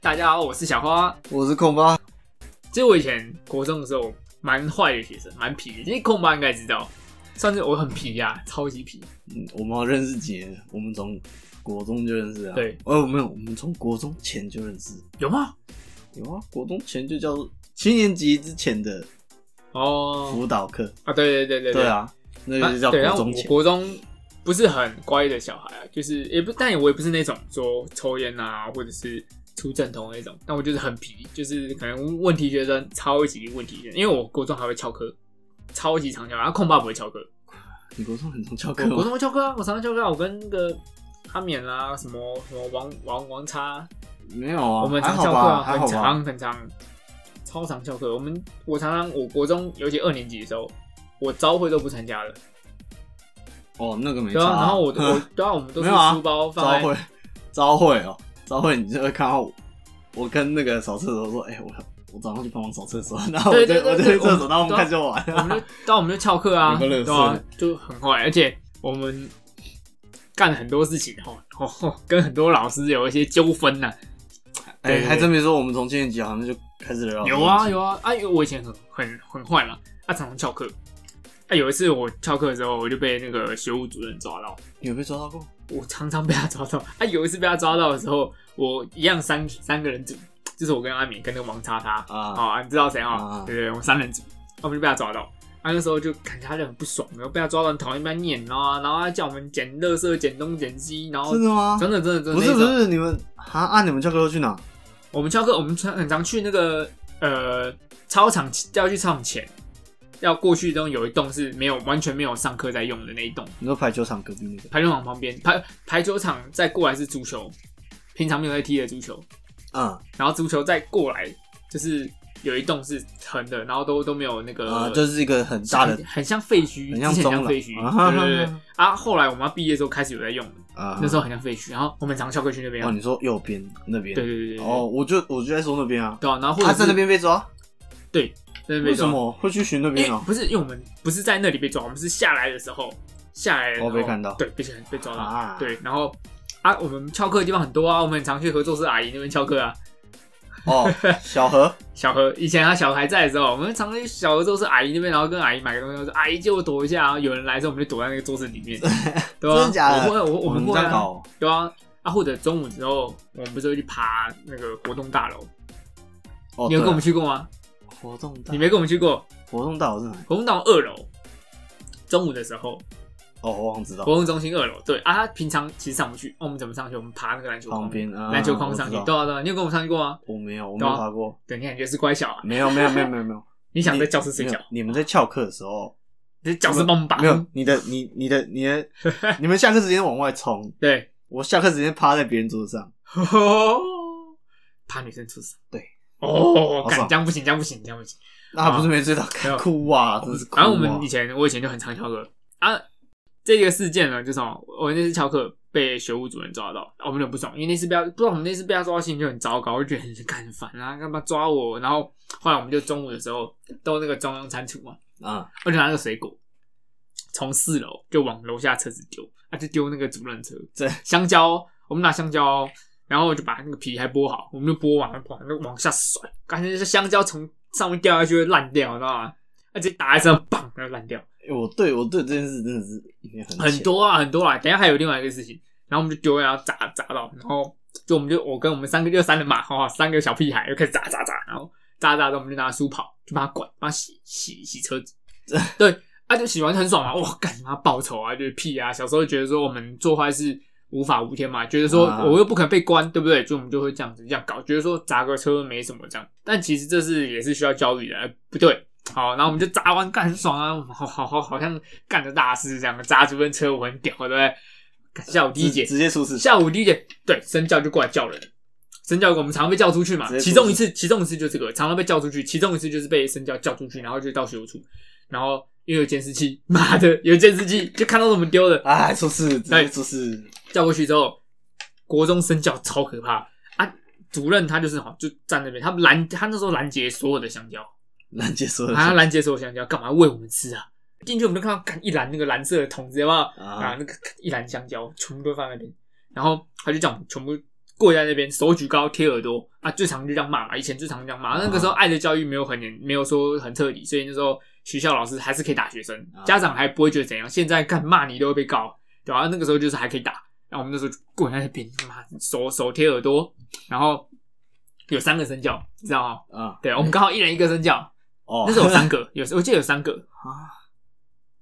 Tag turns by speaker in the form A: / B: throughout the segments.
A: 大家好，我是小花。
B: 我是控八，
A: 其实我以前国中的时候蛮坏的学生，蛮皮的。因为空巴应该知道，算是我很皮呀、超级皮。
B: 嗯，我们好认识几年了？我们从国中就认识啊。
A: 对，
B: 哦，没有，我们从国中前就认识。
A: 有吗？
B: 有啊，国中前就叫七年级之前的
A: 哦，
B: 辅导课。
A: 啊，对对对对
B: 对，啊，那
A: 啊
B: 个就叫
A: 对，但
B: 国
A: 我
B: 中前。
A: 国中不是很乖的小孩啊，就是也不，但我也不是那种说抽烟啊，或者是出正统那种，但我就是很皮，就是可能问题学生，超级问题学生，因为我国中还会翘课，超级常翘课，然后控爸不会翘课，
B: 你国中很常翘课
A: 我国
B: 吗？
A: 中会翘课啊，我常常翘课啊，我跟那个阿冕啦、什么什么王王王叉，
B: 没有啊，
A: 我们
B: 还
A: 常
B: 好
A: 翘课啊，
B: 吧，还
A: 很
B: 好吧。
A: 长很长，超常翘课。我们我常常我国中，尤其二年级的时候，我招会都不参加了。
B: 哦，那个没差
A: 对
B: 啊。
A: 啊，然后 我
B: 呵
A: 我对啊，我们都是
B: 没有啊
A: 书包放
B: 招
A: 在
B: 会， 招会哦，招会，你就会看到我我跟那个扫厕所说，哎，我我早上去帮忙扫厕所，然后我
A: 对
B: 就
A: 对对
B: 我就
A: 对
B: 去厕
A: 我
B: 所，然后我
A: 对
B: 们
A: 啊
B: 看就完
A: 我们
B: 了。
A: 就到我们就翘课啊，
B: 有个乐
A: 对
B: 事
A: 啊，就很坏，而且我们干很多事情哦，哦，跟很多老师有一些纠纷呐。对
B: 哎，
A: 对
B: 还真别说，我们从七年级好像就开始聊。
A: 有啊有啊，啊，因为我以前很很很坏嘛，啊，常常翘课。啊，有一次我翘课的时候，我就被那个学务主任抓到，
B: 你有被抓到过？
A: 我常常被他抓到。啊，有一次被他抓到的时候，我一样三三个人组，就是我跟阿敏跟那个王叉叉，
B: 啊，
A: 哦，啊你知道谁啊
B: 啊？
A: 对对，我们三人组，啊我们就被他抓到。他、那时候就感觉他就很不爽，然后被他抓到，很讨厌被他念，然后啊然后他叫我们捡垃圾、捡东捡西，然后
B: 真的吗？
A: 真的真的真的
B: 不是
A: 那
B: 不
A: 种
B: 是，你们啊啊，你们教课都去哪？
A: 我们翘课，我们常很常去那个呃操场，要去操场前，要过去中有一栋是没有完全没有上课在用的那一栋，
B: 你说排球场隔壁那个
A: 排球场旁边，排排球场再过来是足球，平常没有在踢的足球，？
B: 嗯
A: 然后足球再过来就是有一栋是横的，然后都都没有那个
B: 啊，就是一个很大的
A: 很很像废墟，
B: 很像
A: 之前很
B: 中
A: 像
B: 了
A: 废墟，
B: 啊哈哈
A: 对
B: 哈
A: 对对对啊，后来我们要毕业之后开始有在用了，
B: 啊，
A: 那时候很像废墟，然后我们常翘课去那边啊，
B: 哦，你说右边那边
A: 对对对对对，
B: 哦，我就我就在说那边啊，
A: 对啊，然后或者
B: 他
A: 是
B: 在那边被抓，
A: 在那边
B: 为什
A: 说
B: 么会去巡那
A: 因
B: 边
A: 为
B: 啊？
A: 不是，因为我们不是在那里被抓，我们是下来的时候，下来的时候
B: 哦被看到
A: 对，被看被抓到，
B: 啊，
A: 哎对，然后啊，我们翘课的地方很多啊，我们很常去合作社阿姨那边翘课啊。
B: 哦，小何，
A: 小何以前他小何还在的时候，我们常常去小何桌是阿姨那边，然后跟阿姨买个东西，我说阿姨借我躲一下，然后啊有人来的时候，我们就躲在那个桌子里面，对吧、
B: 真的假的
A: 我会， 我我
B: 我
A: 们
B: 们
A: 会
B: 这样
A: 啊，
B: 搞
A: 对啊。啊，或者中午之后，我们不是会去爬那个活动大楼？
B: 哦，
A: 你有
B: 对
A: 跟
B: 啊
A: 我们去过吗？
B: 活动大，
A: 你没跟我们去过？
B: 活动大楼是哪里？
A: 活动大楼二楼，中午的时候，
B: 哦，我忘知道
A: 活动中心二楼，对啊，他平常其实上不去，哦我们怎么上去？我们爬那个篮球框
B: 旁，边啊，
A: 篮球框上去
B: 我，知
A: 对
B: 道
A: 啊对啊，你有跟我们上去过吗？
B: 我没有，我没有
A: 对啊
B: 爬过，
A: 对，你感觉是乖小孩，
B: 没有没有没有没有没有，
A: 你想在教室睡
B: 没
A: 觉
B: 有，你们在翘课的时候
A: 你教室帮我们把
B: 没有？你的你你的你 的你们下课时间往外冲，
A: 对，
B: 我下课时间趴在别人桌子上，
A: 怕女生出事，
B: 对，
A: 哦，
B: 好
A: 干
B: 爽
A: 这样不行，这样不行，这样不行。
B: 那不是没追到
A: 啊没有，
B: 哭啊，真是哭啊。
A: 然后我们以前我以前就很常翘课啊，这个事件呢，就是什么我那次翘课被学务主任抓到，我们就不爽，因为那次被他不知道我们那次被他抓到心情就很糟糕，我就觉得很干很烦啊，干嘛抓我？然后后来我们就中午的时候都那个中央餐厨嘛，
B: 啊，
A: 我就拿那个水果从四楼就往楼下车子丢，啊就丢那个主任车，
B: 对
A: 香蕉哦，我们拿香蕉哦，然后我就把那个皮还剥好，我们就剥完了，往就往下甩，感觉就是香蕉从上面掉下去会烂掉，你知道吗？而且打在身上，砰，然后烂掉，
B: 欸我对我对这件事真的是印象很
A: 很
B: 浅
A: 多啊，很多啊。等一下还有另外一个事情，然后我们就丢，然后砸砸到，然后就我们就我跟我们三个就三人马，哈、三个小屁孩又开始砸砸砸，然后砸砸的我们就拿书跑，就把它管，把它洗洗洗车子，对，啊就洗完很爽嘛，哇，干什么报仇啊，就是屁啊！小时候觉得说我们做坏事无法无天嘛，觉得说
B: 啊
A: 我又不可能被关，对不对？就我们就会这样子这样搞，觉得说砸个车没什么这样，但其实这是也是需要教育的，哎不对。好，然后我们就砸完，干很爽啊！好好好，好像干了大事这样，砸主任车我很屌，对不对？干下午第一节
B: 直直接出事，
A: 下午第一点，对，身教就过来叫人。身教我们常被叫出去嘛，
B: 直接出去
A: 其中一次，其中一次就这个，常常被叫出去，其中一次就是被身教叫出去，然后就到学务处，然后因为有监视器， 妈的，有监视器就看到我们丢的，
B: 哎，出事，直
A: 对
B: 接出事，
A: 叫过去之后，国中身教超可怕啊！主任他就是好，就站那边，他拦他那时候拦截所有的香蕉，
B: 拦截所有
A: 啊，
B: 人
A: 拦截所有香蕉，干嘛喂我们吃啊？进去我们就看到干一篮那个蓝色的桶子，有没有？
B: 啊
A: 啊，那个一篮香蕉全部都放在那边，然后他就叫我们全部跪在那边，手举高贴耳朵啊，最常就这样骂嘛，以前最常这样骂。那个时候爱的教育没有很严，没有说很彻底，所以那时候学校老师还是可以打学生
B: 啊，
A: 家长还不会觉得怎样。现在干骂你都会被告，对吧、那个时候就是还可以打，然后我们那时候就跪在那边，妈手手贴耳朵，然后有三个身教，知道吗？
B: 啊
A: 对，我们刚好一人一个身教，
B: 哦，
A: 那时候有三个，有我记得有三个，
B: 啊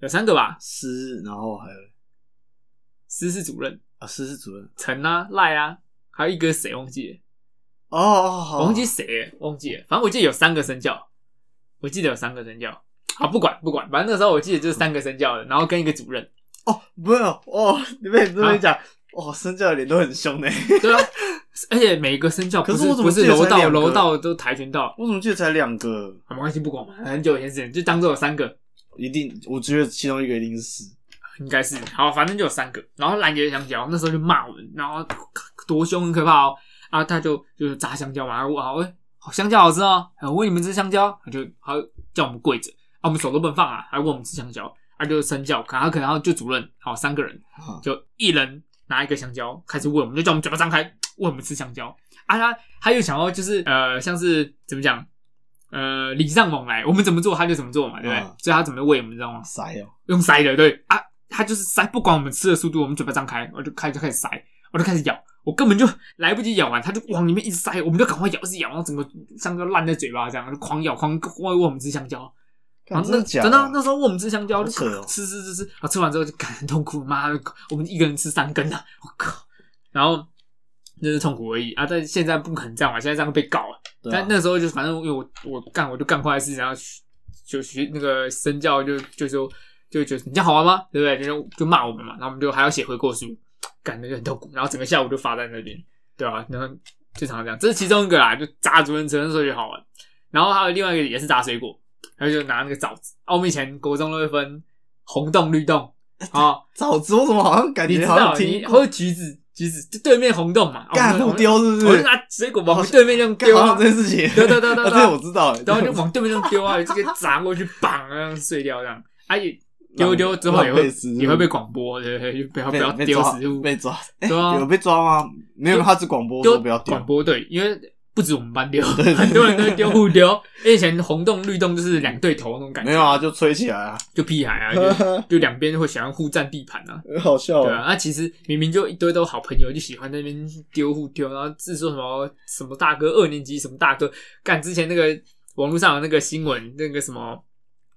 A: 有三个吧，
B: 师，然后还有
A: 师是主任
B: 啊师是主任
A: 陈啊赖啊，还有一个谁忘记了。
B: 哦哦，好
A: 我忘记谁了忘记了，反正我记得有三个身教，我记得有三个身教。好，不管不管，反正那时候我记得就是三个身教的，然后跟一个主任。
B: 哦，不是哦，哦你们
A: 啊
B: 这么一讲，哦，身教的脸都很凶呢。
A: 对啊， 而且每个身教不
B: 可是我怎
A: 不
B: 么
A: 是
B: 记得
A: 柔
B: 才
A: 道，
B: 两个
A: 柔道都跆拳道，
B: 我怎么记得才两个？
A: 啊没关系，不管嘛，很久以前事情，就当做有三个，
B: 一定，我觉得其中一个一定是师。
A: 应该是好，反正就有三个。然后兰姐想起来，那时候就骂我们，然后多凶，很可怕哦。啊，他就就是炸香蕉嘛，然后我好，哎、好香蕉好吃哦，哎我问你们吃香蕉，他就他叫我们跪着，啊，我们手都不能放啊，还问我们吃香蕉，啊，就是身教，可他可能要就主任，好三个人，
B: 啊
A: 就一人拿一个香蕉开始喂我们，就叫我们嘴巴张开喂我们吃香蕉。啊，他他又想要就是呃，像是怎么讲，呃，礼尚往来，我们怎么做他就怎么做嘛，对不对？
B: 嗯
A: 所以他怎么喂我们，你知道吗？
B: 塞哦，
A: 用塞的，对啊，他就是塞，不管我们吃的速度，我们嘴巴张开，我就开就开始塞，我就开始咬，我根本就来不及咬完，他就往里面一直塞，我们就赶快咬，一直咬，然后整个香蕉烂在嘴巴，这样就狂咬狂喂喂我们吃香蕉。然后
B: 干真
A: 那
B: 的假
A: 真的啊那时候喂我们吃香蕉，
B: 好
A: 就
B: 扯哦
A: 吃吃吃吃，啊，吃完之后就感很痛苦，妈的，我们一个人吃三根啊，我靠！然后就是痛苦而已啊，但现在不可能这样嘛，现在这样被告了。
B: 对啊
A: 但那时候就反正因为我我干我就干坏事，然后学就学那个身教就就说就觉得你这样好玩吗？对不对？就就骂我们嘛，然后我们就还要写悔过书，干那就很痛苦，然后整个下午就发在那边，对吧、然后就常常这样，这是其中一个啊啦，就砸主任车那时候就好玩，然后还有另外一个也是砸水果，然后就拿那个枣子，啊，我们以前国中都会分红洞绿 洞啊，
B: 枣子我怎么好像感
A: 你知
B: 觉好像
A: 道你
B: 听
A: 或者橘子橘子就对面红洞嘛，啊
B: 干
A: 我们
B: 不丢是不？
A: 我就是拿水果往对面这样
B: 干
A: 丢
B: 好
A: 啊
B: 像，这件事情，
A: 对对对对 对
B: 啊这个我知道欸。
A: 然 后就往对面这样丢啊，直接砸过去，砰，这样碎掉这样。啊，也丢一丢之后也
B: 浪
A: 会
B: 费食物
A: 也会被广播，对不对？就不要不
B: 被
A: 要
B: 被
A: 丢
B: 抓
A: 食物，
B: 被抓，哎
A: 对啊
B: 有被抓吗？没有，
A: 丢
B: 他是广播
A: 丢
B: 说不要丢
A: 广。播队，因为不止我们班 丢，
B: 对对对
A: 很多人都会丢互丢。因为以前红洞绿洞就是两对头那种感觉，
B: 没有啊，就吹起来啊，
A: 就屁孩啊，就就两边会想要互占地盘啊。
B: 好笑哦
A: 对啊，那其实明明就一堆都好朋友，就喜欢在那边丢互丢，然后自说什么什么大哥二年级什么大哥，干之前那个网络上有那个新闻，那个什么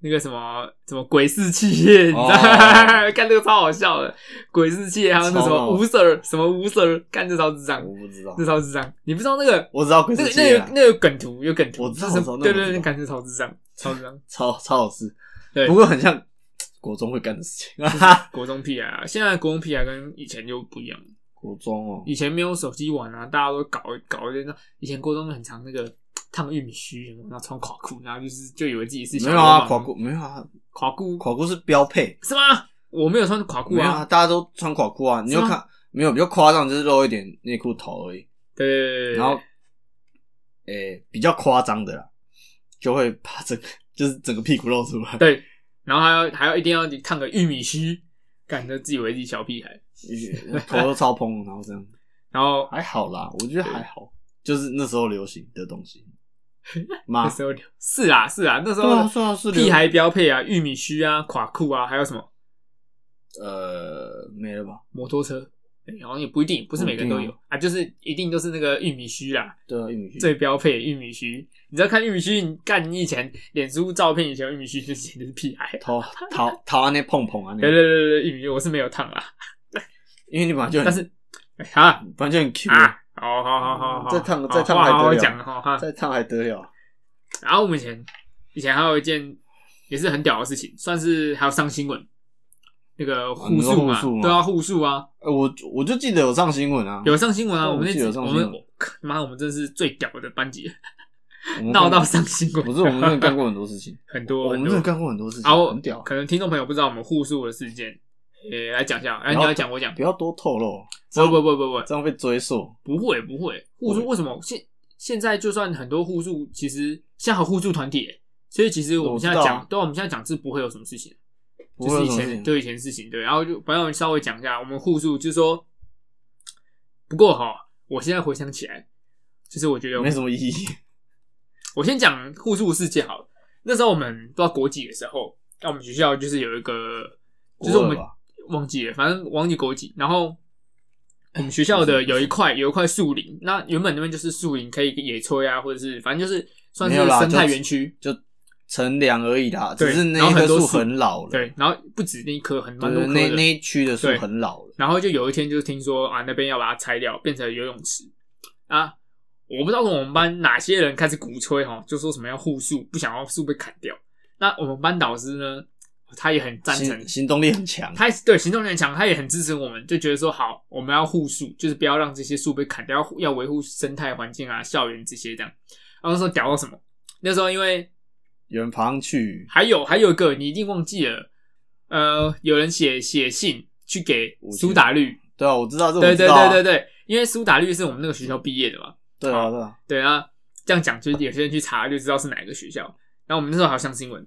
A: 那个什么什么鬼事企业，你 知道吗？
B: 哦
A: 干这个超好笑的，鬼事企业还有那什
B: 超哦
A: 么
B: 好
A: 吴 Sir 什么吴 Sir，干这超智障，
B: 我不知道
A: 这，超智障，你不知道那个
B: 我知道鬼
A: 那
B: 子
A: 个
B: 戏
A: 那
B: 啊
A: 个，那个梗图有梗图，
B: 我知道
A: 就是
B: 我知道那个
A: 对
B: 我
A: 对
B: 知
A: 对，
B: 道
A: 干这超智障，超智障。
B: 超超好吃。
A: 对
B: 不过很像国中会干的事情。
A: 国中屁孩啊，现在国中屁孩跟以前就不一样了。
B: 国中哦，
A: 以前没有手机玩啊，大家都搞搞一些那以前国中很常那个烫玉米须，然后穿垮裤，然后就是就以为自己是小
B: 没有
A: 流
B: 啊，
A: 氓
B: 垮裤没有啊，
A: 垮裤
B: 垮裤是标配，
A: 是吗？我没有穿垮裤
B: 没有啊，
A: 啊，
B: 大家都穿垮裤啊。你就是
A: 吗
B: 看没有比较夸张，就是露一点内裤头而已。
A: 对对对对，
B: 然后，诶、比较夸张的啦，就会把整个 就是整个屁股露出来。
A: 对，然后还要还要一定要烫个玉米须，感觉自以为自己小屁孩，
B: 头都超蓬了，然后这 样
A: 然后
B: 还好啦，我觉得还好，就是那时候流行的东 西。妈
A: 那，时候是啊是啊，那时
B: 对啊，
A: 候
B: 算啊是流
A: 屁孩标配啊，玉米须啊，垮裤啊，还有什么
B: 呃没了吧？
A: 摩托车。哎好像也不一定，不是每个人
B: 不
A: 都
B: 一定
A: 有
B: 啊
A: 啊，就是一定都是那个玉米须啦，
B: 对啊，玉米 须
A: 最标配玉米须。你知道看玉米须，你干你以前脸书照片以前有玉米须就简直是屁孩。
B: 头头头啊那碰碰啊
A: 对
B: 那，
A: 对对对，玉米须我是没有烫啦，
B: 因为你本来就很
A: 但是哎啊
B: 本来就很 Q
A: 啊，好好好好好，
B: 再烫
A: 好
B: 再烫
A: 话
B: 还得
A: 好好
B: 了
A: 讲哈哈。
B: 再烫还得了？啊
A: 然后我们以前以前还有一件也是很屌的事情，算是还有上新闻，那个
B: 哦你
A: 护
B: 说
A: 术
B: 护术
A: 嘛，
B: 吗
A: 对啊护术啊，
B: 呃我我就记得有上新闻啊，
A: 有上新闻啊，
B: 哦
A: 我们那
B: 我记得有
A: 次
B: 上
A: 我
B: 新闻
A: 们我靠妈我们真是最屌的班级，
B: 我们
A: 闹
B: 干
A: 到上新 闻，
B: 不是我们真的干过很多事情，
A: 很多，
B: 我们
A: 很
B: 真
A: 多
B: 的干过很多事情，
A: 啊，我
B: 很屌，
A: 可能听众朋友不知道我们互诉的事件，诶、来讲一下。哎、
B: 不
A: 你
B: 要
A: 要讲我讲，
B: 不要多透露，
A: 不不不不不，
B: 这样被追溯。
A: 不会不会，互助为什么现现在就算很多互助，其实现在有互助团体、所以其实我们
B: 我知
A: 现
B: 道
A: 在讲，对啊，我们现在讲是不会有什么事情，
B: 不
A: 就
B: 会
A: 是以
B: 有什么事
A: 前
B: 情
A: 对以前的事情对，然后就反正我稍微讲一下，我们互助就是说，不过哈，我现在回想起来，就是我觉得我
B: 没什么意义。
A: 我先讲互助事件好了。那时候我们不知道国几的时候，那我们学校就是有一个，就是我
B: 国二
A: 们
B: 吧
A: 忘记了，反正忘记国几。然后我们学校的有一块有一块树林，那原本那边就是树林，可以野炊啊，或者是反正就是算是
B: 没有啦
A: 生态
B: 就
A: 园区。
B: 就乘凉而已啦，
A: 对
B: 只是
A: 然
B: 那
A: 后
B: 一棵
A: 很多树
B: 很老了，
A: 对，然后不止那一棵，很多
B: 对，
A: 多棵
B: 那
A: 的
B: 那一区的树
A: 对
B: 很老了，
A: 然后就有一天就是听说啊，那边要把它拆掉，变成游泳池啊。我不知道我们班哪些人开始鼓吹哈，就说什么要护树，不想要树被砍掉。那我们班导师呢，他也很赞成
B: 行，行动力很强，
A: 他对行动力很强，他也很支持我们，就觉得说好，我们要护树，就是不要让这些树被砍掉，要要维护生态环境啊、校园这些这样。然后那时候屌到什么？那时候因为
B: 有人爬上去，
A: 还有还有一个你一定忘记了，呃，有人写写信去给
B: 我觉得
A: 苏打绿，
B: 对啊，我知道这，
A: 对
B: 我知
A: 对
B: 道啊
A: 对对对，因为苏打绿是我们那个学校毕业的嘛，
B: 对啊对啊，
A: 对啊，这样讲就是有些人去查就知道是哪个学校。然后我们那时候好像新闻，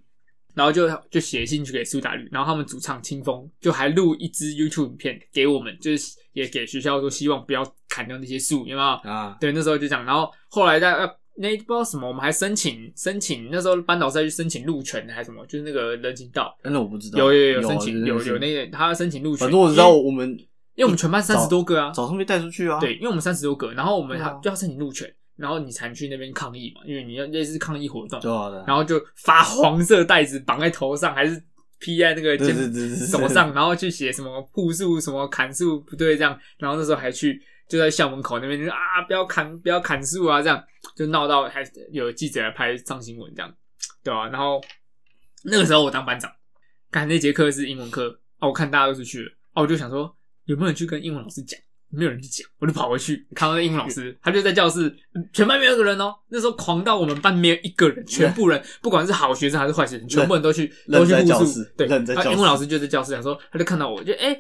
A: 然后就就写信去给苏打绿，然后他们主唱清风就还录一支 YouTube 影片给我们，就是也给学校说希望不要砍掉那些树，有没有？
B: 啊，
A: 对，那时候就讲，然后后来在呃那不知道什么，我们还申请申请，那时候班导赛去申请路权还是什么，就是那个人行道。
B: 但是我不知道，
A: 有有有
B: 啊有
A: 申请有有，那个他申请路权，
B: 反正我知道
A: 因为
B: 我们
A: 因为我们全班三十多个啊，
B: 早上被带出去啊，
A: 对，因为我们三十多个，然后我们还
B: 对啊
A: 就要申请入权，然后你才去那边抗议嘛，因为你要类似抗议活动，
B: 对啊对啊，
A: 然后就发黄色袋子绑在头上，还是披在那个
B: 对
A: 肩
B: 对对对对
A: 手上，然后去写什么护树、什么砍树不对这样，然后那时候还去就在校门口那边就啊不要砍不要砍树啊这样，就闹到还有记者来拍上新闻这样，对啊，然后那个时候我当班长，看那节课是英文课啊，我看大家都出去了啊，我就想说有没有人去跟英文老师讲。没有人去讲，我就跑回去看到那英文老师，他就在教室，全班没有一个人哦。那时候狂到我们班没有一个人，全部人不管是好学生还是坏学生，全部人都去
B: 愣
A: 都去
B: 在教
A: 护
B: 室
A: 树。对，
B: 愣在
A: 啊
B: 教
A: 英文老
B: 室
A: 师就在教室讲说，他就看到我就哎、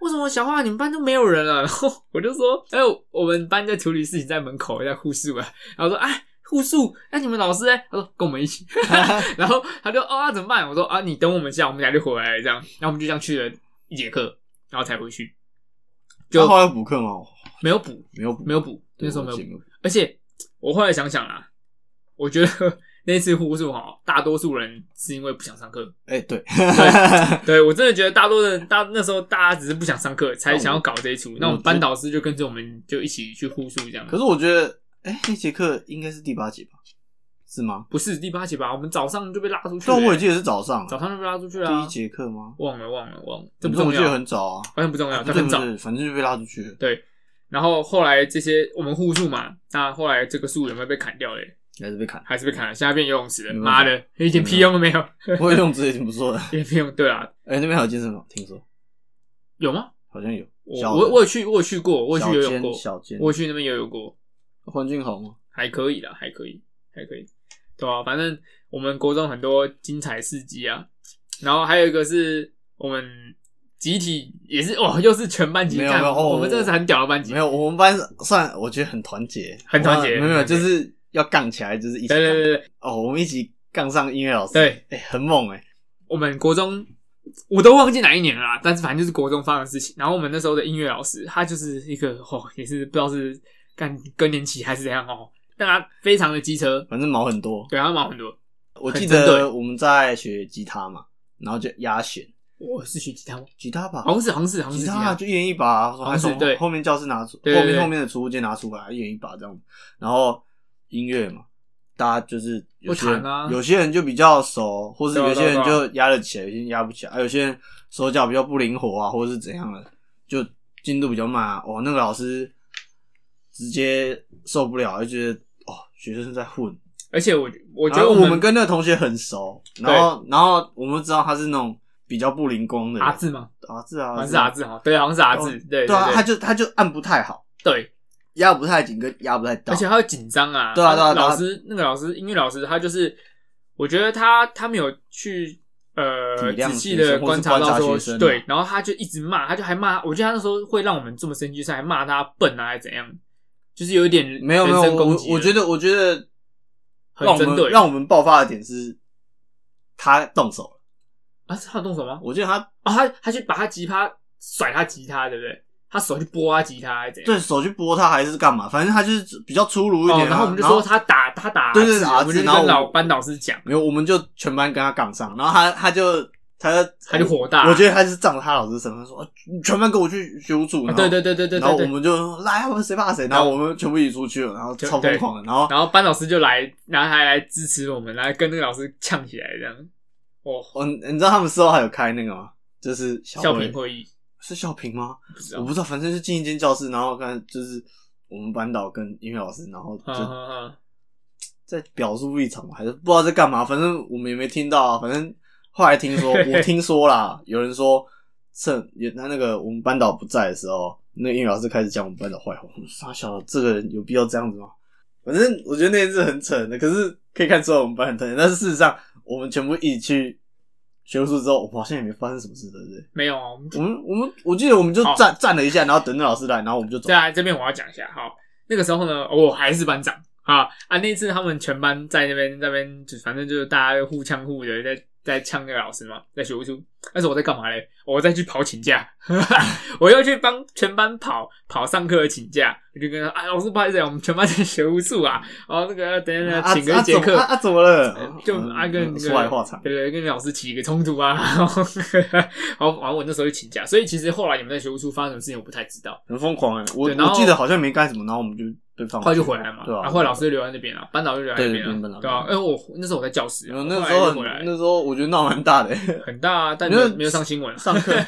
A: 为什么小花你们班都没有人 啊？然后我就说，哎、我们班在处理事情，在门口在护树啊。然后说，哎，护树，那你们老师呢？哎他说跟我们一起。 然后他就哦、啊，怎么办？我说啊，你等我们一下，我们俩就回来这样。然后我们就这样去了一节课，然后才回去，就
B: 那后来有补课吗？
A: 没有补，
B: 没有补，
A: 没有补，
B: 对，
A: 那时候没
B: 我
A: 有
B: 记
A: 补
B: 得。没有补，
A: 而且我后来想想啦，我觉得 那次护树哈，大多数人是因为不想上课。
B: 哎对，
A: 嗯 对我真的觉得大多的大那时候大家只是不想上课，
B: 哦
A: 才想要搞这一出。那我们班导师就跟着我们就一起去互助这样。
B: 嗯可是我觉得，哎，那节课应该是第八节吧？是吗？
A: 不是第八节吧？我们早上就被拉出去
B: 对
A: 了、
B: 啊，我也记得是早上啊，
A: 早上就被拉出去了、
B: 第一节课吗？
A: 忘了忘了忘了，这不
B: 反正
A: 重
B: 我记得
A: 要，
B: 很早啊，
A: 好像不重要，
B: 不
A: 但
B: 对
A: 很
B: 不
A: 早。
B: 对，反正就被拉出去了。
A: 对，然后后来这些我们互助嘛，那后来这个树有没有被砍掉嘞？
B: 还是被砍。
A: 还是被砍了，现在变游泳池了。
B: 没办
A: 妈
B: 法
A: 的，一点屁用都没有，
B: 我游泳池也挺不错的。
A: 一点屁用。对啊，
B: 哎、那边还有健身房，听说
A: 有吗？
B: 好像有。
A: 我
B: 小的
A: 我我有去，我有去过，我有去游
B: 小
A: 泳
B: 间
A: 过，
B: 小间，
A: 我有去那边游泳过。
B: 环境好吗？
A: 还可以啦，还可以，还可以，对啊，反正我们国中很多精彩事迹啊，然后还有一个是我们集体也是哦，又是全班集体，
B: 没有
A: 看
B: 没有哦
A: 我们真的是很屌的班级，
B: 没有，我们班算我觉得很团结，
A: 很团结
B: 我们没有没有，
A: 很团结
B: 就是要杠起来，就是一起
A: 对，对对对对，
B: 哦，我们一起杠上音乐老师，
A: 对，
B: 哎、很猛哎、
A: 我们国中我都忘记哪一年了啦，但是反正就是国中发生的事情。然后我们那时候的音乐老师，他就是一个哦，也是不知道是干更年期还是怎样哦，但他非常的机车，
B: 反正毛很多。
A: 对他毛很多。
B: 我记
A: 很针对
B: 得我们在学吉他嘛，然后就压弦，
A: 我是学吉他吗？
B: 吉他吧
A: 好，像是，好像是，好像
B: 吉
A: 是
B: 他啊就一人一把，
A: 像
B: 还
A: 是
B: 从
A: 对
B: 后面教室拿出，后
A: 对对
B: 面
A: 对
B: 后面的储物间拿出来，一人一把这样。然后音乐嘛，大家就是有些人
A: 会弹啊
B: 有些人就比较熟，或是
A: 对啊
B: 有些人
A: 对啊
B: 就压得起来，有些人压不起来，啊有些人手脚比较不灵活啊，或者是怎样的，就进度比较慢啊。哦，那个老师直接受不了，就觉得哦，学生在混。
A: 而且我我
B: 我
A: 觉得
B: 我
A: 我
B: 跟那个同学很熟，然后然后我们知道他是那种比较不灵光的人
A: 阿志吗？
B: 阿志啊，
A: 好像是阿志哈，对，好像是阿志，对
B: 对啊，他
A: 对
B: 就他就按不太好，
A: 对，
B: 压不太紧跟压不太到，
A: 而且他会紧张啊，
B: 对啊对啊对啊
A: 老师那个老师音乐老师，他就是我觉得他他没有去呃
B: 体谅
A: 仔细
B: 学
A: 的
B: 生或是
A: 察
B: 观
A: 到
B: 察
A: 说
B: 学生啊
A: 对，然后他就一直骂，他就还骂，我觉得他那时候会让我们这么生气，是还骂他笨啊，还是怎样，就是有一点
B: 没有没
A: 人
B: 有，
A: 身
B: 我
A: 攻
B: 我
A: 击
B: 我觉得我觉得
A: 很
B: 让我
A: 针对
B: 们让我们爆发的点是他动手了，
A: 啊，是他有动手吗？
B: 我觉得他
A: 啊，他他去把他吉他甩他吉他，对不对？他手去拨他吉他还是怎样？
B: 对手去拨他还是干嘛？反正他就是比较粗鲁一点啊、
A: 哦，然后我们就说他打他打
B: 对对
A: 字
B: 打
A: 我们就
B: 字然后
A: 跟
B: 我
A: 老班导师讲，
B: 没有，我们就全班跟他杠上，然后他他就他就
A: 他就火大。
B: 我觉得他是仗着他老师身份说，啊全班跟我去学武组，
A: 啊
B: 然后
A: 对对对对对
B: 然后
A: 对对。
B: 我们就来啊，我们谁怕谁，然后我们全部一起出去了，然后
A: 就
B: 超疯狂的，然后
A: 然后班导师就来，然后还来支持我们，来跟那个老师呛起来，这样。哦，
B: 我你知道他们事后还有开那个吗？就是小
A: 校
B: 会
A: 评会议，
B: 是校评吗？
A: 不知
B: 我
A: 道。
B: 不知道，反正是进一间教室，然后看就是我们班导跟音乐老师，然后
A: 嗯
B: 就
A: 嗯嗯，
B: 在表述立场嘛，还是不知道在干嘛，反正我们也没听到啊。反正后来听说，我听说啦，有人说趁有他那个我们班导不在的时候，那个英语老师开始讲我们班导坏话。我说傻小子，这个人有必要这样子吗？反正我觉得那件事很扯的，可是可以看出来我们班很疼。但是事实上，我们全部一起去学术之后，我们好像也没发生什么事，对不对？
A: 没有啊，我们
B: 我们我们我记得我们就
A: 好
B: 站站了一下，然后等那老师来，然后我们就走
A: 再。来这边我要讲一下，好，那个时候呢，我还是班长啊啊！那次他们全班在那边在那边，就反正就是大家互呛互的在在呛那个老师嘛，在学务处。但是我在干嘛嘞？我在去跑请假， 我又去帮全班跑跑上课的请假。我就跟他说啊，老师不好意思，我们全班在学务处啊，然后那个等等等
B: 啊
A: 等，请个一节课
B: 啊啊怎么了
A: 呃就
B: 嗯
A: 啊跟那个
B: 说来话长
A: 对对，跟老师起一个冲突啊，然后 然后然后我那时候就请假，所以其实后来你们在学务处发生什么事情我不太知道。
B: 很疯狂哎、我
A: 对然后
B: 我记得好像没干什么，然后我们就被放
A: 后来就回来嘛，
B: 对啊
A: 然后后来老师就留在那边了，班导就留在那边
B: 对对
A: 了，
B: 班导
A: 对啊，因为我那时候我在教室，啊
B: 然后那
A: 后
B: 时
A: 来
B: 候
A: 就回来
B: 那时候我觉得闹蛮大的、欸，
A: 很大啊，但
B: 没有
A: 没有上新闻，
B: 上 课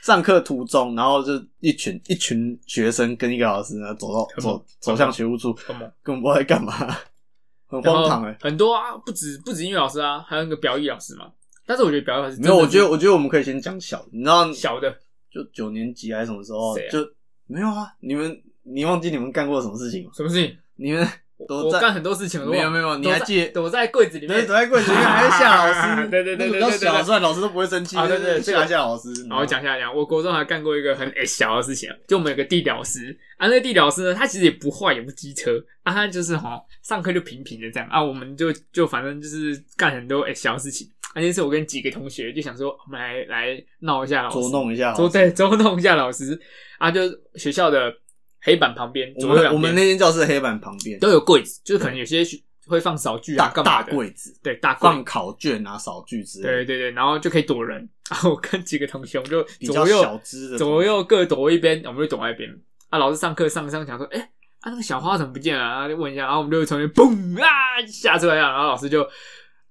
B: 上课途中，然后就一群一群学生跟一个老师呢走到
A: 很猛
B: 走走向学务处，
A: 很猛
B: 根本不知道在干嘛， 很
A: 然后
B: 荒唐哎、
A: 很多啊，不止不止音乐老师啊，还有那个表艺老师嘛，但是我觉得表艺老师
B: 没有，我觉得
A: 我
B: 我觉得我们可以先讲小的，你知道
A: 小的
B: 就九年级还是什么时候、
A: 谁啊
B: 就没有啊？你们你忘记你们干过什么事情吗？
A: 什么事情，
B: 你们都
A: 我
B: 在
A: 干很多事情，我都
B: 没有
A: 忘
B: 没
A: 了
B: 有，你
A: 躲
B: 还
A: 在
B: 记得
A: 躲在柜子里
B: 对，
A: 面
B: 躲，在柜子里面还在吓 老师，
A: 对对对对对对
B: 那个比
A: 对
B: 较小，虽然老师都不会生气，
A: 啊对
B: 但
A: 对
B: 是
A: 这
B: 吓
A: 个
B: 吓老师。嗯
A: 然后讲下来讲，我国中还干过一个很、欸、小的事情啊，就我们有个地老师啊，那个地老师呢，他其实也不坏，也不机车啊，他就是哈上课就平平的这样啊，我们就就反正就是干很多、欸、小事情。啊，那次我跟几个同学就想说，我们来来闹一下老师，
B: 捉弄一下
A: 捉
B: 老师。
A: 对捉弄一下老师啊，就学校的黑板旁边，
B: 我
A: 左右
B: 们
A: 两
B: 我
A: 边
B: 们那间教室黑板旁边
A: 都有柜子，就是可能有些学会放扫具啊，
B: 大
A: 干嘛
B: 大
A: 的，
B: 柜子，
A: 对大柜
B: 放考卷啊、扫具之类
A: 对
B: 的，
A: 对对，然后就可以躲人。 然后我跟几个同学，我们就
B: 比较
A: 左右
B: 小只的
A: 左右各躲一边，我们就躲在一边。啊，老师上课上上讲说，哎、啊那个小花怎么不见了？然后就问一下，然后我们就从那边嘣啊吓出来了，然后老师就，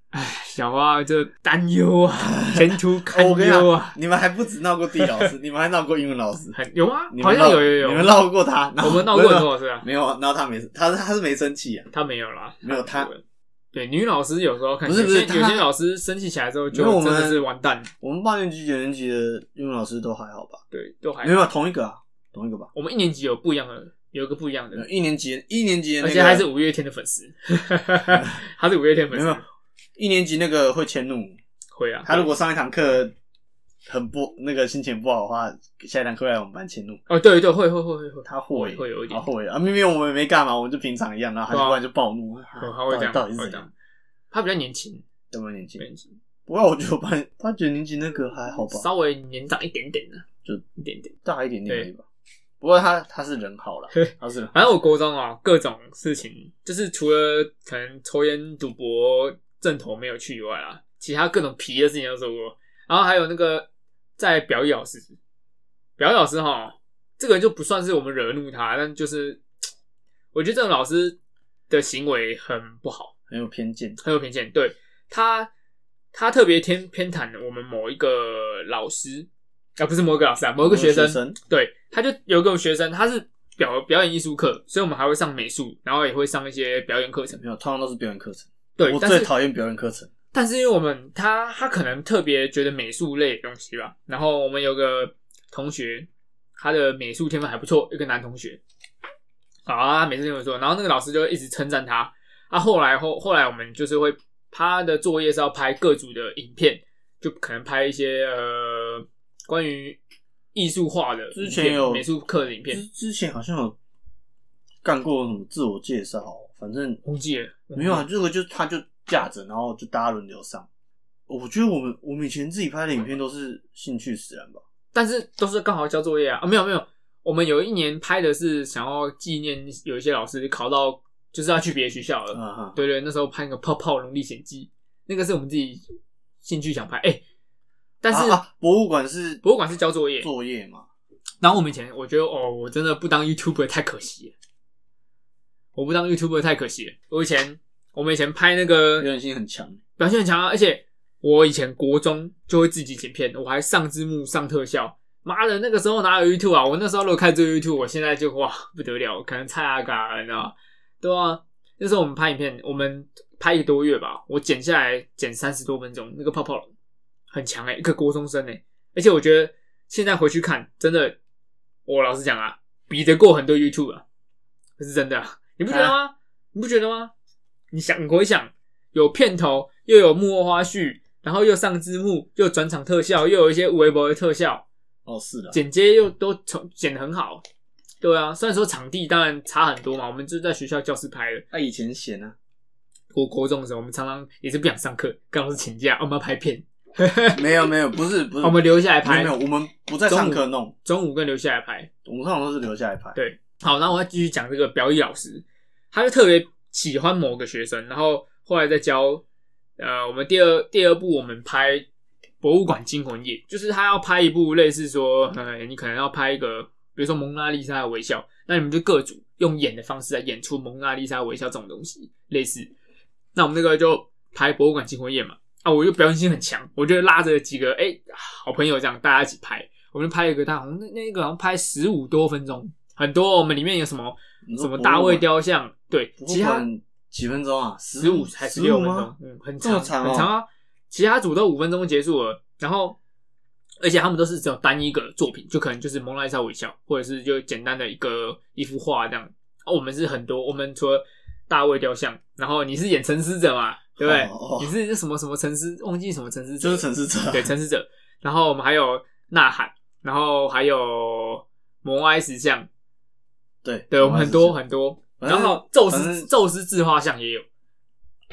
A: 哎，小花就担忧啊，前途堪
B: 哦我跟你
A: 忧
B: 讲
A: 啊，，
B: 你们还不止闹过地 老师，你们还闹过英文老师，
A: 很有吗
B: 你？们
A: 好像
B: 闹
A: 有有有，
B: 你们闹过他，然后
A: 我们闹过
B: 没
A: 很
B: 有
A: 多次啊，
B: 没有，然后他没，他他是没生气啊，
A: 他没有啦，
B: 没有 他。
A: 对女老师有时候看，
B: 不是
A: 有
B: 不是
A: 些
B: 他
A: 有些老师生气起来之后就
B: 因为我
A: 真
B: 们
A: 的是完蛋，
B: 我们八年级、九年级的英文老师都还好吧？
A: 对，都还
B: 没有同一个啊，同一个吧。
A: 我们一年级有不一样的，有一个不一样的，
B: 一年级一年级的那
A: 而
B: 个，
A: 且还是五月天的粉丝， 他是五月天粉
B: 没
A: 丝
B: 有，一年级那个会迁怒，
A: 会啊，
B: 他如果上一堂课很不那个心情不好的话，下一堂课来我们班迁怒，
A: 哦，对对，会会会会会，
B: 他会
A: 会有一点
B: 他会啊，明明我们没干嘛，我们就平常一样，然后他
A: 对啊
B: 就突然就暴怒，啊
A: 哦他会这样，
B: 到底到底
A: 会
B: 是
A: 这
B: 怎样
A: 样？。他比较年轻，
B: 有没有年纪？
A: 年轻，
B: 不过我觉得我班班九年级那个还好吧，
A: 稍微年长一点点的，
B: 就
A: 一点点。
B: 大一点点而已
A: 对
B: 吧。不过他他是人好啦，他是人好
A: 反正我国中啊，各种事情，就是除了可能抽烟、赌博、正头没有去以外啊，其他各种皮的事情都做过。然后还有那个在表演老师，表演老师哈，这个就不算是我们惹怒他，但就是我觉得这种老师的行为很不好。
B: 很有偏见。
A: 很有偏见。对他，他特别偏偏袒我们某一个老师，啊，不是某一个老师啊，某一个学生。对，他就有一个学生，他是表表演艺术课，所以我们还会上美术，然后也会上一些表演课程。
B: 没有，通常都是表演课程。
A: 对，
B: 我
A: 但
B: 最
A: 是
B: 讨厌表演课程。
A: 但是因为我们他他可能特别觉得美术类的东西吧，然后我们有个同学，他的美术天分还不错，一个男同学，啊，他美术天分不错，然后那个老师就一直称赞他，啊，后来后后来我们就是会他的作业是要拍各组的影片，就可能拍一些呃关于艺术化的影片
B: 之前有
A: 美术课的影片
B: 之，之前好像有干过什么自我介绍，反正
A: 忘记了
B: 没有啊，这个就他就架着，然后就大家轮流上。我觉得我们我们以前自己拍的影片都是兴趣使然吧，
A: 但是都是刚好交作业啊，啊没有没有，我们有一年拍的是想要纪念有一些老师考到就是要去别的学校了，
B: 嗯哼，
A: 对对，那时候拍那个《泡泡龙历险记》，那个是我们自己兴趣想拍，哎、但是、
B: 啊啊博物馆是
A: 博物馆是交作业，
B: 作业嘛，
A: 然后我们以前我觉得哦，我真的不当 YouTuber 太可惜了，我不当 YouTuber 太可惜了。我以前我们以前拍那
B: 表
A: 个
B: 演性很强。
A: 表现很强啊，而且我以前国中就会自己剪片，我还上字幕上特效。妈的，那个时候哪有 YouTube 啊？我那时候如果开这个 YouTube，我现在就哇不得了，可能蔡阿嘎，你知道吗？对啊，那时候我们拍影片，我们拍一个多月吧，我剪下来剪三十多分钟，那个泡泡龙很强哎、一个国中生哎、而且我觉得现在回去看，真的，我老实讲啊，比得过很多 YouTube 啊，这是真的、啊，你不觉得吗？你不觉得吗？你想，你回想，有片头，又有幕后花絮，然后又上字幕，又转场特效，又有一些微博的特效，
B: 哦，是的，
A: 剪接又都从剪得很好。对啊，虽然说场地当然差很多嘛，我们就是在学校教室拍的。
B: 那、以前闲 啊，
A: 我国中的时候，我们常常也是不想上课，刚好是请假，我们要拍片，
B: 没有没有，不是不是，
A: 哦我们留下来
B: 嗯
A: 拍
B: 没有没，有，我们不在上课弄，
A: 中午跟留下来拍。
B: 我们通常都是留下来拍。
A: 对，好，然后我要继续讲这个表演老师，他就特别喜欢某个学生，然后后来再教，呃，我们第二第二部我们拍《博物馆惊魂夜》，就是他要拍一部类似说，呃，你可能要拍一个，比如说蒙娜丽莎的微笑，那你们就各组用演的方式来演出蒙娜丽莎微笑这种东西，类似。那我们那个就拍《博物馆惊魂夜》嘛，啊，我就表演性很强，我就拉着几个哎、好朋友这样大家一起拍，我们就拍了一个大红，那那个好像拍十五多分钟，很多哦。我们里面有什么
B: 你说
A: 什么大卫雕像，对，
B: 博物
A: 其
B: 馆，博物
A: 他
B: 馆几分钟啊？
A: 十五还十六分
B: 15
A: 钟
B: 吗，
A: 嗯，很
B: 这么
A: 长
B: 长哦
A: 很长啊。其他组都五分钟结束了，然后而且他们都是只有单一个作品，就可能就是蒙娜丽莎微笑，或者是就简单的一个一幅画这样。啊，我们是很多，我们除了大卫雕像，然后你是演沉思者嘛，对不对？
B: 哦哦
A: 你是什么什么沉思，忘记什么沉思者
B: 就
A: 了，
B: 是陈思 哲，
A: 对，，陈思者。然后我们还有呐喊，然后还有摩埃石像，
B: 对
A: 对我们很多，很多。
B: 反
A: 然
B: 正
A: 后宙
B: 反
A: 斯
B: 正
A: 宙斯自画像也有，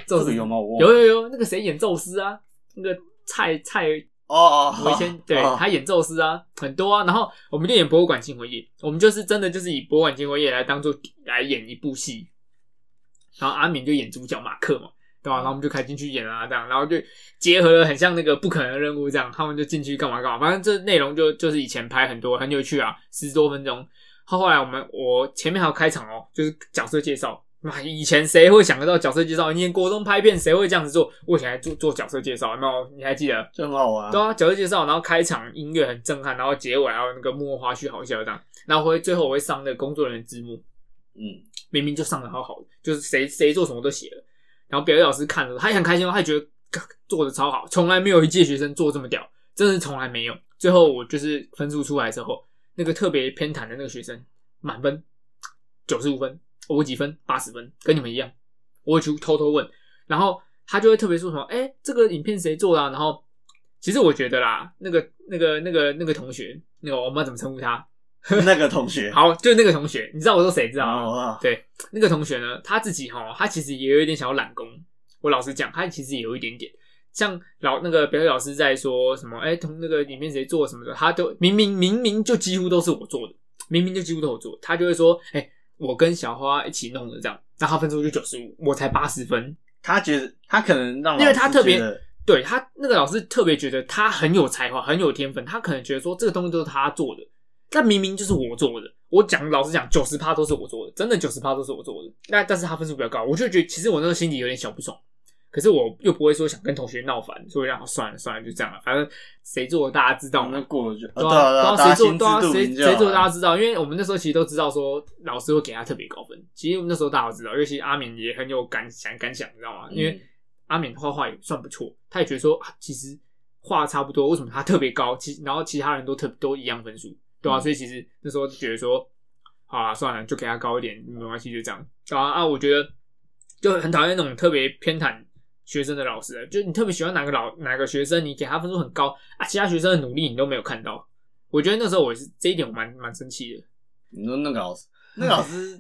A: 宙
B: 这
A: 斯
B: 个有吗？我忘
A: 有
B: 了
A: 有有，那个谁演宙斯啊？那个蔡蔡
B: 哦哦，
A: 维先，对
B: 哦
A: 他演宙斯啊，很多啊。然后我们就演博物馆惊魂夜，我们就是真的就是以博物馆惊魂夜来当做来演一部戏，然后阿敏就演主角马克嘛，对吧、然后我们就开进去演啊，这样，然后就结合了很像那个不可能的任务这样，他们就进去干嘛干嘛，反正这内容就就是以前拍很多很有趣啊，十多分钟。后后来我们我前面还有开场哦，就是角色介绍。妈，以前谁会想得到角色介绍？你演国中拍片，谁会这样子做？我以前还做做角色介绍，有没有？你还记得？
B: 就很好玩
A: 对。啊，角色介绍，然后开场音乐很震撼，然后结尾还有那个幕后花絮好笑这样，然后会最后我会上那个工作人员字幕，
B: 嗯，
A: 明明就上的好好的，就是谁谁做什么都写了，然后表演老师看了，他也很开心哦，他也觉得嘎做的超好，从来没有一届学生做这么屌，真的是从来没有。最后我就是分数出来之后，那个特别偏袒的那个学生满分九十五分，我几分？八十分，跟你们一样。我会去偷偷问，然后他就会特别说什么：“哎、这个影片谁做的、啊？”然后其实我觉得啦，那个那个那个那个同学，那个我们要怎么称呼他？
B: 那个同学，
A: 好，就是那个同学，你知道我说谁知道吗？
B: 好啊，
A: 对，那个同学呢，他自己哈，他其实也有一点想要揽功。我老实讲，他其实也有一点点。像老那个表演老师在说什么，哎、同那个里面谁做什么的，他都明明明明就几乎都是我做的，明明就几乎都我做的，他就会说，哎、我跟小花一起弄的这样，那他分数就九十五，我才八十分，
B: 他觉得他可能让老师
A: 因为他特别
B: 觉得
A: 对他那个老师特别觉得他很有才华，很有天分，他可能觉得说这个东西都是他做的，但明明就是我做的。我讲老实讲，九十趴都是我做的，真的九十趴都是我做的。那但是他分数比较高，我就觉得其实我那时候心里有点小不爽，可是我又不会说想跟同学闹翻，所以让他算了算了，就这样了，反正谁做的大家知道
B: 哦那
A: 嘛。
B: 过了就
A: 对
B: 啊对啊
A: 啊，
B: 对啊，
A: 对啊
B: 大家
A: 谁做
B: 心
A: 对啊
B: 知肚
A: 谁
B: 明就
A: 谁做大
B: 好
A: 家知道，因为我们那时候其实都知道说老师会给他特别高分，其实我们那时候大家都知道，尤其阿敏也很有感想感想，你知道吗？
B: 嗯
A: 因为阿敏画画也算不错，他也觉得说啊，其实画差不多，为什么他特别高？其然后其他人都特都一样分数，对啊，
B: 嗯
A: 所以其实那时候就觉得说，好啊，算了，就给他高一点，没关系，就这样。啊啊，我觉得就很讨厌那种特别偏袒学生的老师，就你特别喜欢哪个老哪个学生，你给他分数很高啊，其他学生的努力你都没有看到。我觉得那时候我是这一点我蛮蛮生气的，
B: 你说那个老师，那个老师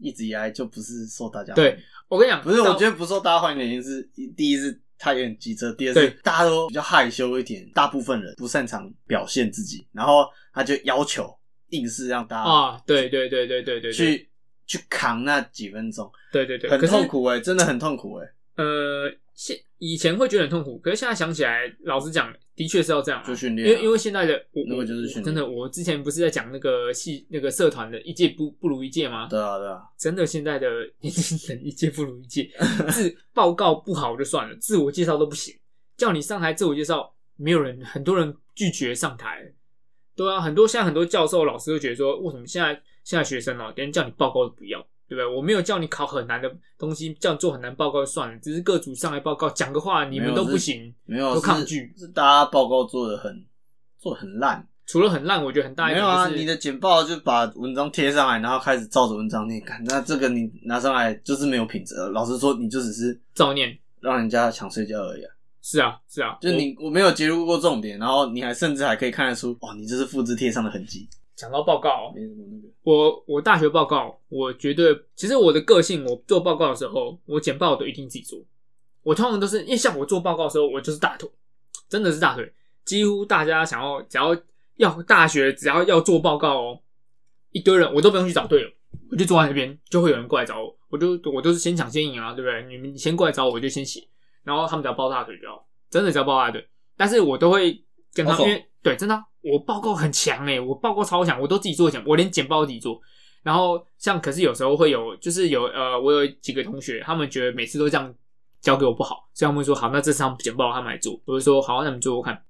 B: 一直以来就不是受大家
A: 对我
B: 欢迎
A: 跟你讲，
B: 不是，
A: 到
B: 我觉得不受大家欢迎的原因是，第一是他有点急着，第二
A: 对
B: 是大家都比较害羞一点，大部分人不擅长表现自己，然后他就要求硬是让大家
A: 啊，对对对对对对，对
B: 去去扛那几分钟，
A: 对对对，
B: 很
A: 可是
B: 痛苦哎、真的很痛苦哎、
A: 呃，现以前会觉得很痛苦，可是现在想起来，老实讲，的确是要这样啊、
B: 就训练啊
A: 因为因为现在的我，
B: 那
A: 我
B: 个就是训练
A: 真的，我之前不是在讲那个系那个社团的一届不不如一届吗？
B: 对啊，对啊，
A: 真的，现在的 年轻人一届不如一 届，自报告不好就算了，自我介绍都不行，叫你上台自我介绍，没有人，很多人拒绝上台。对啊，很多现在很多教授老师都觉得说，为什么现在现在学生哦、连叫你报告都不要，对不对？我没有叫你考很难的东西，叫你做很难报告就算了，只是各组上来报告，讲个话你
B: 没
A: 们
B: 有
A: 都
B: 是
A: 不行，
B: 没有
A: 都
B: 是
A: 抗拒
B: 是大家报告做的很做得很烂，
A: 除了很烂，我觉得很大一
B: 没
A: 点
B: 有啊，
A: 就是
B: 你的简报就把文章贴上来，然后开始照着文章念，看那这个你拿上来就是没有品质了。老实说，你就只是
A: 造念。
B: 让人家想睡觉而已、啊，
A: 是啊，是啊，
B: 就
A: 我
B: 你我没有截录过重点，然后你还甚至还可以看得出，哇，你这是复制贴上的痕迹，
A: 讲到报告哦、
B: 没什么那个。
A: 我我大学报告，我绝对其实我的个性，我做报告的时候，我简报我都一定自己做。我通常都是因为像我做报告的时候，我就是大腿，真的是大腿。几乎大家想要只要要大学只要要做报告哦，一堆人我都不用去找队友，我就坐在那边，就会有人过来找我，我就我都是先抢先赢啊，对不对？你们先过来找我，我就先写，然后他们只要抱大腿就好，真的只要抱大腿。但是我都会跟他
B: 好
A: 们，
B: 爽
A: 因为对，真的啊、我报告很强诶、我报告超强，我都自己做简，我连简报都自己做。然后像可是有时候会有，就是有呃，我有几个同学，他们觉得每次都这样交给我不好，所以他们会说好，那这次他们简报他们来做，我就说好，那你们做做看。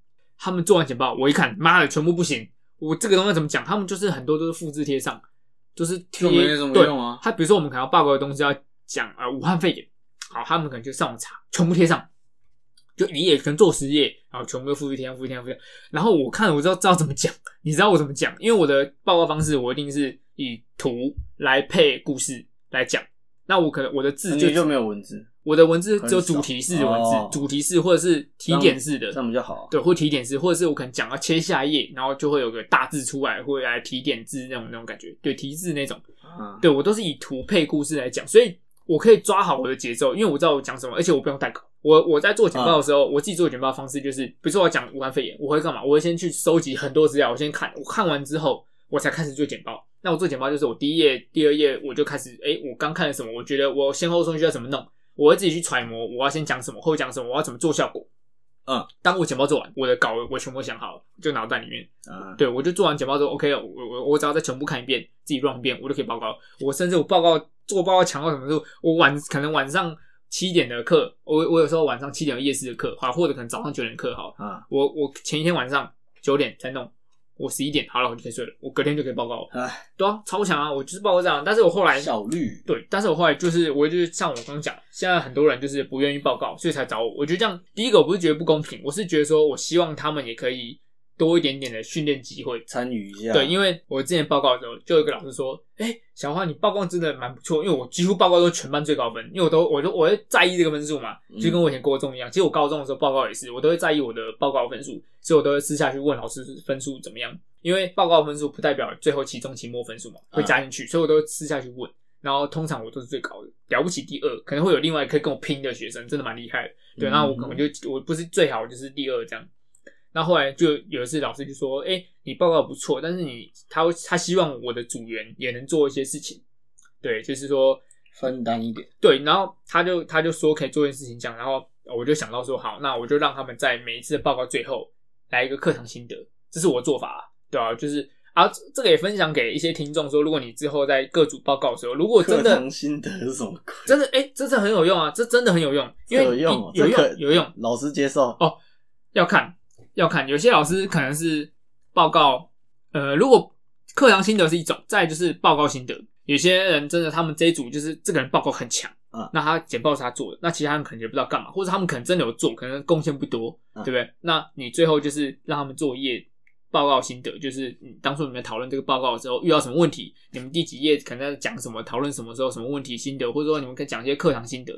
A: 他们做完简报，我一看，妈的，全部不行。我这个东西怎么讲？他们就是很多都是复制贴上，就是贴
B: 就没什么
A: 对
B: 用啊
A: 他比如说我们可能要报告的东西要讲呃武汉肺炎，好，他们可能就上网查，全部贴上，就你也全做实业，然后全部都复制贴上、复制贴上、复制贴上。然后我看我知道知道怎么讲，你知道我怎么讲？因为我的报告方式我一定是以图来配故事来讲，那我可能我的字
B: 那
A: 就
B: 你就没有文字，
A: 我的文字只有
B: 很少
A: 主题式的文字，
B: 哦
A: 主题式或者是提点式的
B: 这，样比较好、啊。
A: 对，或提点式，或者是我可能讲要切下一页，然后就会有个大字出来，或者来提点字那种那种感觉，对，提字那种。
B: 啊，
A: 对我都是以图配故事来讲，所以我可以抓好我的节奏，因为我知道我讲什么，而且我不用带稿。我我在做简报的时候，我自己做简报的方式就是，比如说我讲武汉肺炎，我会干嘛？我会先去收集很多资料，我先看，我看完之后，我才开始做简报。那我做简报就是我第一页、第二页我就开始，诶，我刚看了什么？我觉得我先后顺序要怎么弄？我会自己去揣摩，我要先讲什么，后讲什么，我要怎么做效果。
B: 嗯，
A: 当我简报做完，我的稿我全部想好了，就拿到袋里面。
B: 啊，
A: 对，我就做完简报之后，OK，我我我只要再全部看一遍，自己 run 一遍，我就可以报告。我甚至我报告做报告强到什么程度，我晚可能晚上七点的课，我我有时候晚上七点有夜市的课，好，或者可能早上九点的课，好，
B: 啊，
A: 我我前一天晚上九点才弄，我十一点好了，我就可以睡了，我隔天就可以报告了。
B: 哎，
A: 对啊，超强啊！我就是报告这样，但是我后来
B: 效率，
A: 对，但是我后来就是，我就是像我刚刚讲，现在很多人就是不愿意报告，所以才找我。我觉得这样，第一个我不是觉得不公平，我是觉得说我希望他们也可以多一点点的训练机会，
B: 参与一下。
A: 对，因为我之前报告的时候，就有一个老师说：“哎、小花，你报告真的蛮不错，因为我几乎报告都全班最高分，因为我都我都我会在意这个分数嘛，就跟我以前高中一样。其实我高中的时候报告也是，我都会在意我的报告分数，所以我都会私下去问老师分数怎么样，因为报告分数不代表最后期中、期末分数嘛，会加进去，所以我都私下去问。然后通常我都是最高的，了不起第二，可能会有另外可以跟我拼的学生，真的蛮厉害的。对，
B: 嗯
A: 然后我可能就我不是最好，我就是第二这样。那后来就有一次老师就说：“哎、你报告不错，但是你他会他希望我的组员也能做一些事情，对，就是说
B: 分担一点。
A: 对，然后他就他就说可以做一件事情这样，然后我就想到说好，那我就让他们在每一次的报告最后来一个课堂心得，这是我做法啊，对啊，就是啊，这这个也分享给一些听众说，如果你之后在各组报告的时候，如果真
B: 课
A: 的
B: 堂心得是什么鬼？
A: 真的哎、这真的很有用啊，这真的很有用，因为
B: 有用哦
A: 你有
B: 这可
A: 用有用，
B: 老师接受
A: 哦要看要看，有些老师可能是报告，呃，如果课堂心得是一种，再来就是报告心得。有些人真的，他们这一组就是这个人报告很强，
B: 嗯
A: 那他简报是他做的，那其他人可能也不知道干嘛，或者他们可能真的有做，可能贡献不多，
B: 嗯
A: 对不对？那你最后就是让他们作业报告心得，就是你当初你们讨论这个报告的时候遇到什么问题，你们第几页可能在讲什么，讨论什么时候什么问题心得，或者说你们可以讲一些课堂心得，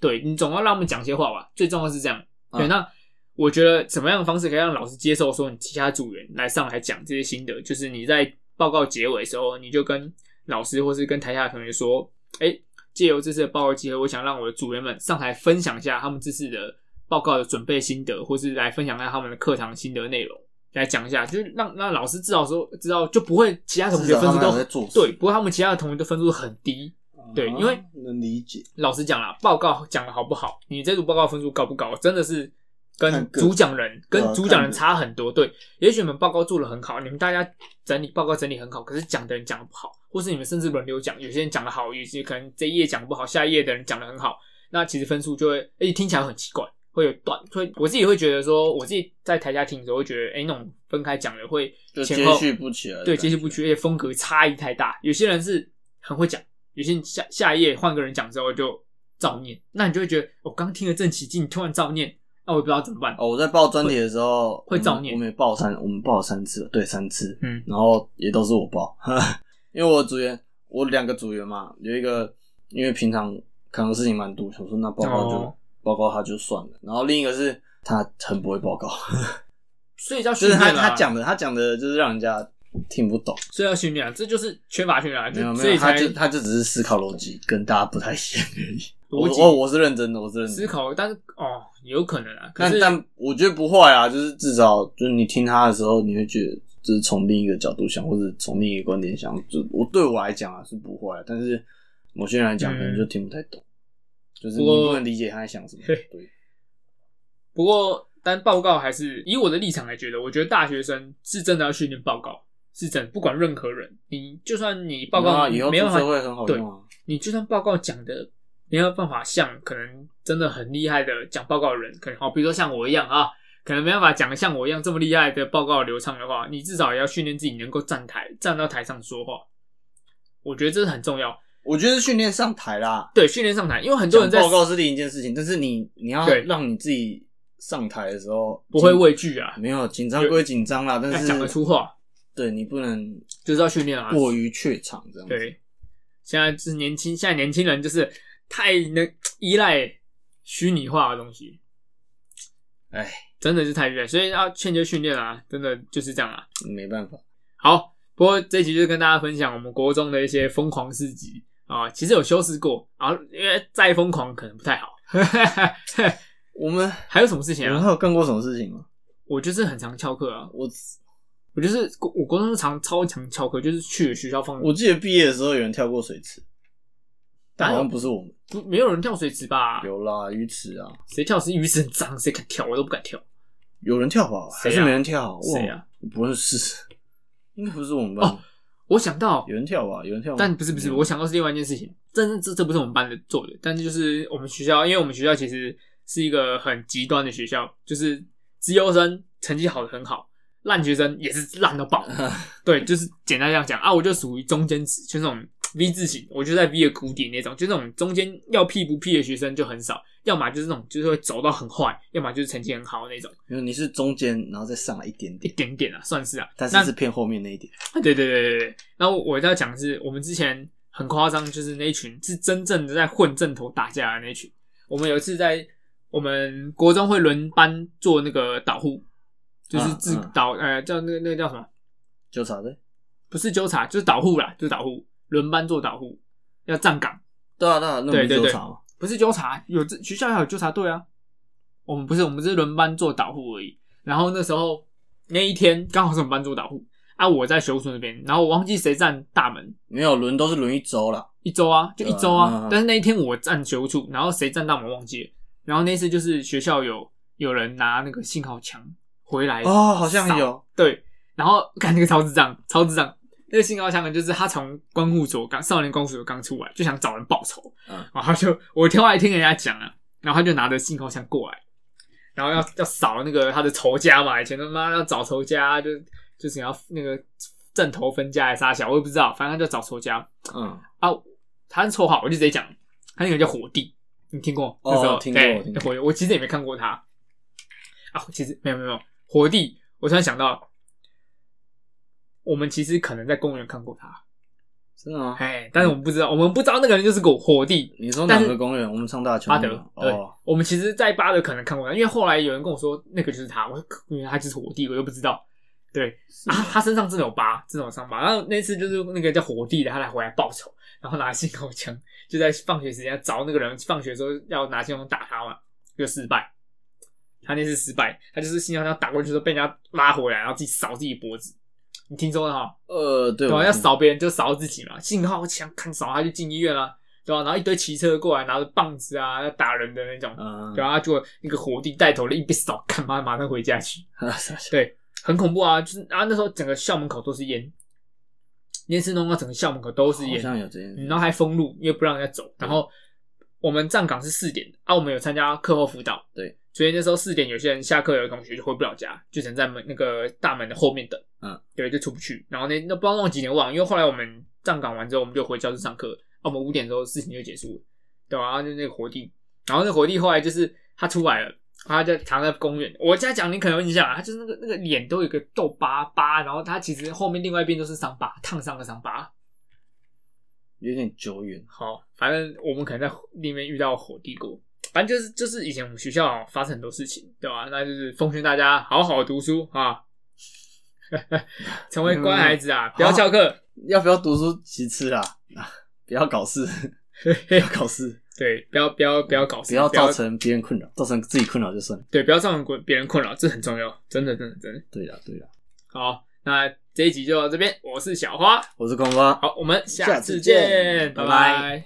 A: 对你总要让他们讲些话吧，最重要是这样。对，
B: 嗯
A: 那我觉得什么样的方式可以让老师接受说你其他组员来上来讲这些心得？就是你在报告结尾的时候，你就跟老师或是跟台下的同学说，哎、借由这次的报告机会，我想让我的组员们上台分享一下他们这次的报告的准备心得，或是来分享一下他们的课堂心得内容。来讲一下，就是让让老师至少说知道，就不会其他同
B: 至
A: 学
B: 少
A: 分
B: 他
A: 数
B: 们
A: 都
B: 还在做事
A: 对，不过他们其他的同学的分数都很低。对因为
B: 啊能理解，
A: 老实讲啦，报告讲的好不好，你这组报告分数高不高，真的是
B: 看
A: 跟
B: 个
A: 主讲人
B: 对啊
A: 跟主讲人
B: 看个
A: 差很多。对，也许你们报告做的很好，你们大家整理报告整理很好，可是讲的人讲的不好，或是你们甚至轮流讲，有些人讲的好，有些可能这一页讲得不好，下一页的人讲的很好，那其实分数就会，而且听起来很奇怪，会有断。所以我自己会觉得说，我自己在台下听的时候会觉得，哎、那种分开讲的会
B: 就
A: 前
B: 接
A: 后
B: 续不起来的感觉，
A: 对接续不屈，而且风格差异太大。有些人是很会讲，有些人下下一页换个人讲之后就照念，那你就会觉得我刚听了正起劲，你突然照念，那我也不知道怎么办。
B: 哦，我在报专题的时候
A: 会
B: 我们
A: 造孽
B: 我们也报三，我们报了三次了，对，三次，
A: 嗯，
B: 然后也都是我报， 因为我的组员，我两个组员嘛，有一个因为平常可能事情蛮多，想说那报告就、
A: 哦
B: 报告他就算了，然后另一个是他很不会报告，
A: 所以叫
B: 就
A: 训
B: 是
A: 练
B: 他
A: 啊
B: 他讲的他讲的就是让人家听不懂，
A: 所以要训练啊，这就是缺乏训练啊，
B: 没有
A: 就
B: 没
A: 所以
B: 有，他
A: 才
B: 就他就只是思考逻辑跟大家不太一样而已。我
A: 逻辑
B: 我我是认真的，我是认真的
A: 思。考，但是哦，有可能啊，可
B: 但
A: 是
B: 但我觉得不坏啊，就是至少就是你听他的时候，你会觉得就是从另一个角度想，或者从另一个观点想，就我对我来讲啊是不坏、啊，但是某些人来讲
A: 嗯
B: 可能就听不太懂，就是
A: 不
B: 你
A: 过
B: 不能理解他在想什么。
A: 嘿
B: 对，
A: 不过，但报告还是以我的立场来觉得，我觉得大学生是真的要训练报告，是真的不管任何人，你就算你报告
B: 那啊以后出
A: 没办法
B: 社会很好用啊。
A: 你就算报告讲的没有办法像可能真的很厉害的讲报告的人，可能哦好，比如说像我一样啊，可能没办法讲的像我一样这么厉害的报告流畅的话，你至少也要训练自己能够站台，站到台上说话。我觉得这是很重要，
B: 我觉得训练上台啦，
A: 对，训练上台，因为很多
B: 讲
A: 人在
B: 报告是另一件事情，但是你你要
A: 对
B: 让你自己上台的时候
A: 不会
B: 紧
A: 畏惧啊，
B: 没有紧张归紧张啦，但
A: 哎
B: 是
A: 讲得出话，
B: 对你不能
A: 就是要训练啊，
B: 过于怯场这样子。
A: 对，现在就是年轻，现在年轻人就是太能依赖虚拟化的东西，
B: 哎，
A: 真的是太依赖，所以要欠缺训练啊，真的就是这样啊。
B: 没办法，
A: 好，不过这一集就跟大家分享我们国中的一些疯狂事迹啊，其实有修饰过啊，因为再疯狂可能不太好。
B: 我们
A: 还有什么事情
B: 我们
A: 啊？
B: 还有干过什么事情吗？
A: 我就是很常翘课啊，
B: 我
A: 我就是我国中常超常翘课，就是去学校放
B: 我记得毕业的时候有人跳过水池，但
A: 哪
B: 好
A: 有
B: 像不是我们。
A: 不没有人跳水池吧？
B: 有啦，鱼池啊，
A: 谁跳水鱼池很脏，谁敢跳？我都不敢跳。
B: 有人跳吧？还
A: 谁啊
B: 是没人跳？忘了
A: 谁啊？
B: 不认识，应该不是我们班。
A: 哦我想到
B: 有人跳吧？嗯有人跳吗？
A: 但不是不是，
B: 没有
A: 我想到是另外一件事情，但是这这不是我们班的做的，但是就是我们学校，因为我们学校其实是一个很极端的学校，就是资优生成绩好的很好，烂学生也是烂到 爆，对，就是简单这样讲啊，我就属于中间值，就那种 V 字形，我就在 V 的谷底那种，就那种中间要屁不屁的学生就很少，要么就是那种就是会走到很坏，要么就是成绩很好的那种，
B: 没有你是中间，然后再上来一点
A: 一
B: 点，
A: 点点啊，算是啊，
B: 但是
A: 那
B: 是偏后面那一点。
A: 对对对对对。然后我要讲的是，我们之前很夸张，就是那一群是真正的在混正头打架的那一群。我们有一次在我们国中会轮班做那个导护，就是
B: 嗯
A: 自
B: 嗯
A: 导、呃叫那个那个叫什么？
B: 纠察队？
A: 不是纠察，就是导护啦，就是导护，轮班做导护，要站岗，
B: 对啊对啊，那不
A: 对
B: 是
A: 对
B: 纠
A: 对
B: 察吗？
A: 不是纠察，有这学校还有纠察队啊。我们不是，我们是轮班做导护而已。然后那时候那一天刚好是我们班做导护啊，我在学务处那边，然后我忘记谁站大门，
B: 没有轮都是轮一周啦。
A: 一周啊，就一周
B: 对啊
A: 啊
B: 嗯。
A: 但是那一天我站学务处，然后谁站到我忘记了。然后那次就是学校有有人拿那个信号枪回来
B: 哦，好像
A: 扫
B: 有。
A: 对，然后看那个超智障，超智障。那个信号枪呢，就是他从关护所刚少年关护所刚出来，就想找人报仇，
B: 嗯
A: 然后就我听来听人家讲啊，然后他就拿着信号枪过来，然后要要扫那个他的仇家嘛，以前他妈要找仇家，就就是要那个正头分家还是啥小，我也不知道，反正他就找仇家，
B: 嗯，
A: 啊，他是绰号，我就直接讲，他那个人叫火帝，你听过？
B: 哦
A: 那时候
B: 听过
A: 对
B: 我听过
A: 火帝，我其实也没看过他。啊，其实没有没有没有火帝，我突然想到，我们其实可能在公园看过他，
B: 真的吗？
A: 哎，但是我们不知道，我们不知道那个人就是火火帝。
B: 你说
A: 但
B: 哪
A: 是
B: 个公园？我们上大桥
A: 巴
B: 那
A: 德
B: 个。，
A: 对
B: 哦，，
A: 我们其实，在巴德可能看过他，因为后来有人跟我说那个就是他，我说原来他就是火帝，我又不知道。对，啊，
B: 哦
A: 他身上真的有疤，真的有伤疤。然后那次就是那个叫火帝的，他来回来报仇，然后拿信号枪，就在放学时间找那个人，放学的时候要拿信号枪打他嘛，就失败。他那次失败，他就是信号枪打过去之后被人家拉回来，然后自己扫自己脖子。你听说了哈？
B: 呃，对，
A: 对吧、
B: 我
A: 要
B: 听
A: 扫别人就扫自己嘛，信号枪看扫他就进医院啦、对吧、啊然后一堆骑车过来拿着棒子啊要打人的那种，
B: 嗯，
A: 对啊，结果那个火地带头的一被扫，干嘛马上回家去， 很恐怖啊！就是啊，那时候整个校门口都是烟，烟是弄到整个校门口都是
B: 好
A: 烟，
B: 像有这件
A: 嗯
B: 事，
A: 然后还封路，因为不让人家走。然后我们站岗是四点，啊，我们有参加课后辅导，
B: 对，
A: 所以那时候四点有些人下课，有的同学就回不了家，就只能在门那个大门的后面等，
B: 嗯，
A: 对，就出不去。然后那那不知道弄几年忘了，因为后来我们站岗完之后，我们就回教室上课，啊，我们五点之后事情就结束了，对吧、然后就那个活地，然后那个活地后来就是他出来了。他就躺在公园，我这样讲你可能有印象啊，他就是那个那个脸都有一个痘疤疤，然后他其实后面另外一边都是伤疤，烫伤的伤疤。
B: 有点久远，
A: 好，反正我们可能在里面遇到火帝国，反正就是就是以前我们学校啊发生很多事情，对吧、那就是奉劝大家好好读书啊， 成为乖孩子啊，
B: 嗯
A: 不要翘课。
B: 要不要读书其次啦，啊 不要搞事， 不要搞事，
A: 对，不要不要不要搞事，
B: 不要
A: 不要
B: 造成别人困扰，造成自己困扰就算了。
A: 对，不要造成别人困扰，这很重要，真的真的真的。
B: 对了对了，
A: 好，那这一集就到这边，我是小花，
B: 我是光发，
A: 好，我们下
B: 下
A: 次
B: 次
A: 见，
B: 见
A: 拜
B: 拜
A: 拜
B: 拜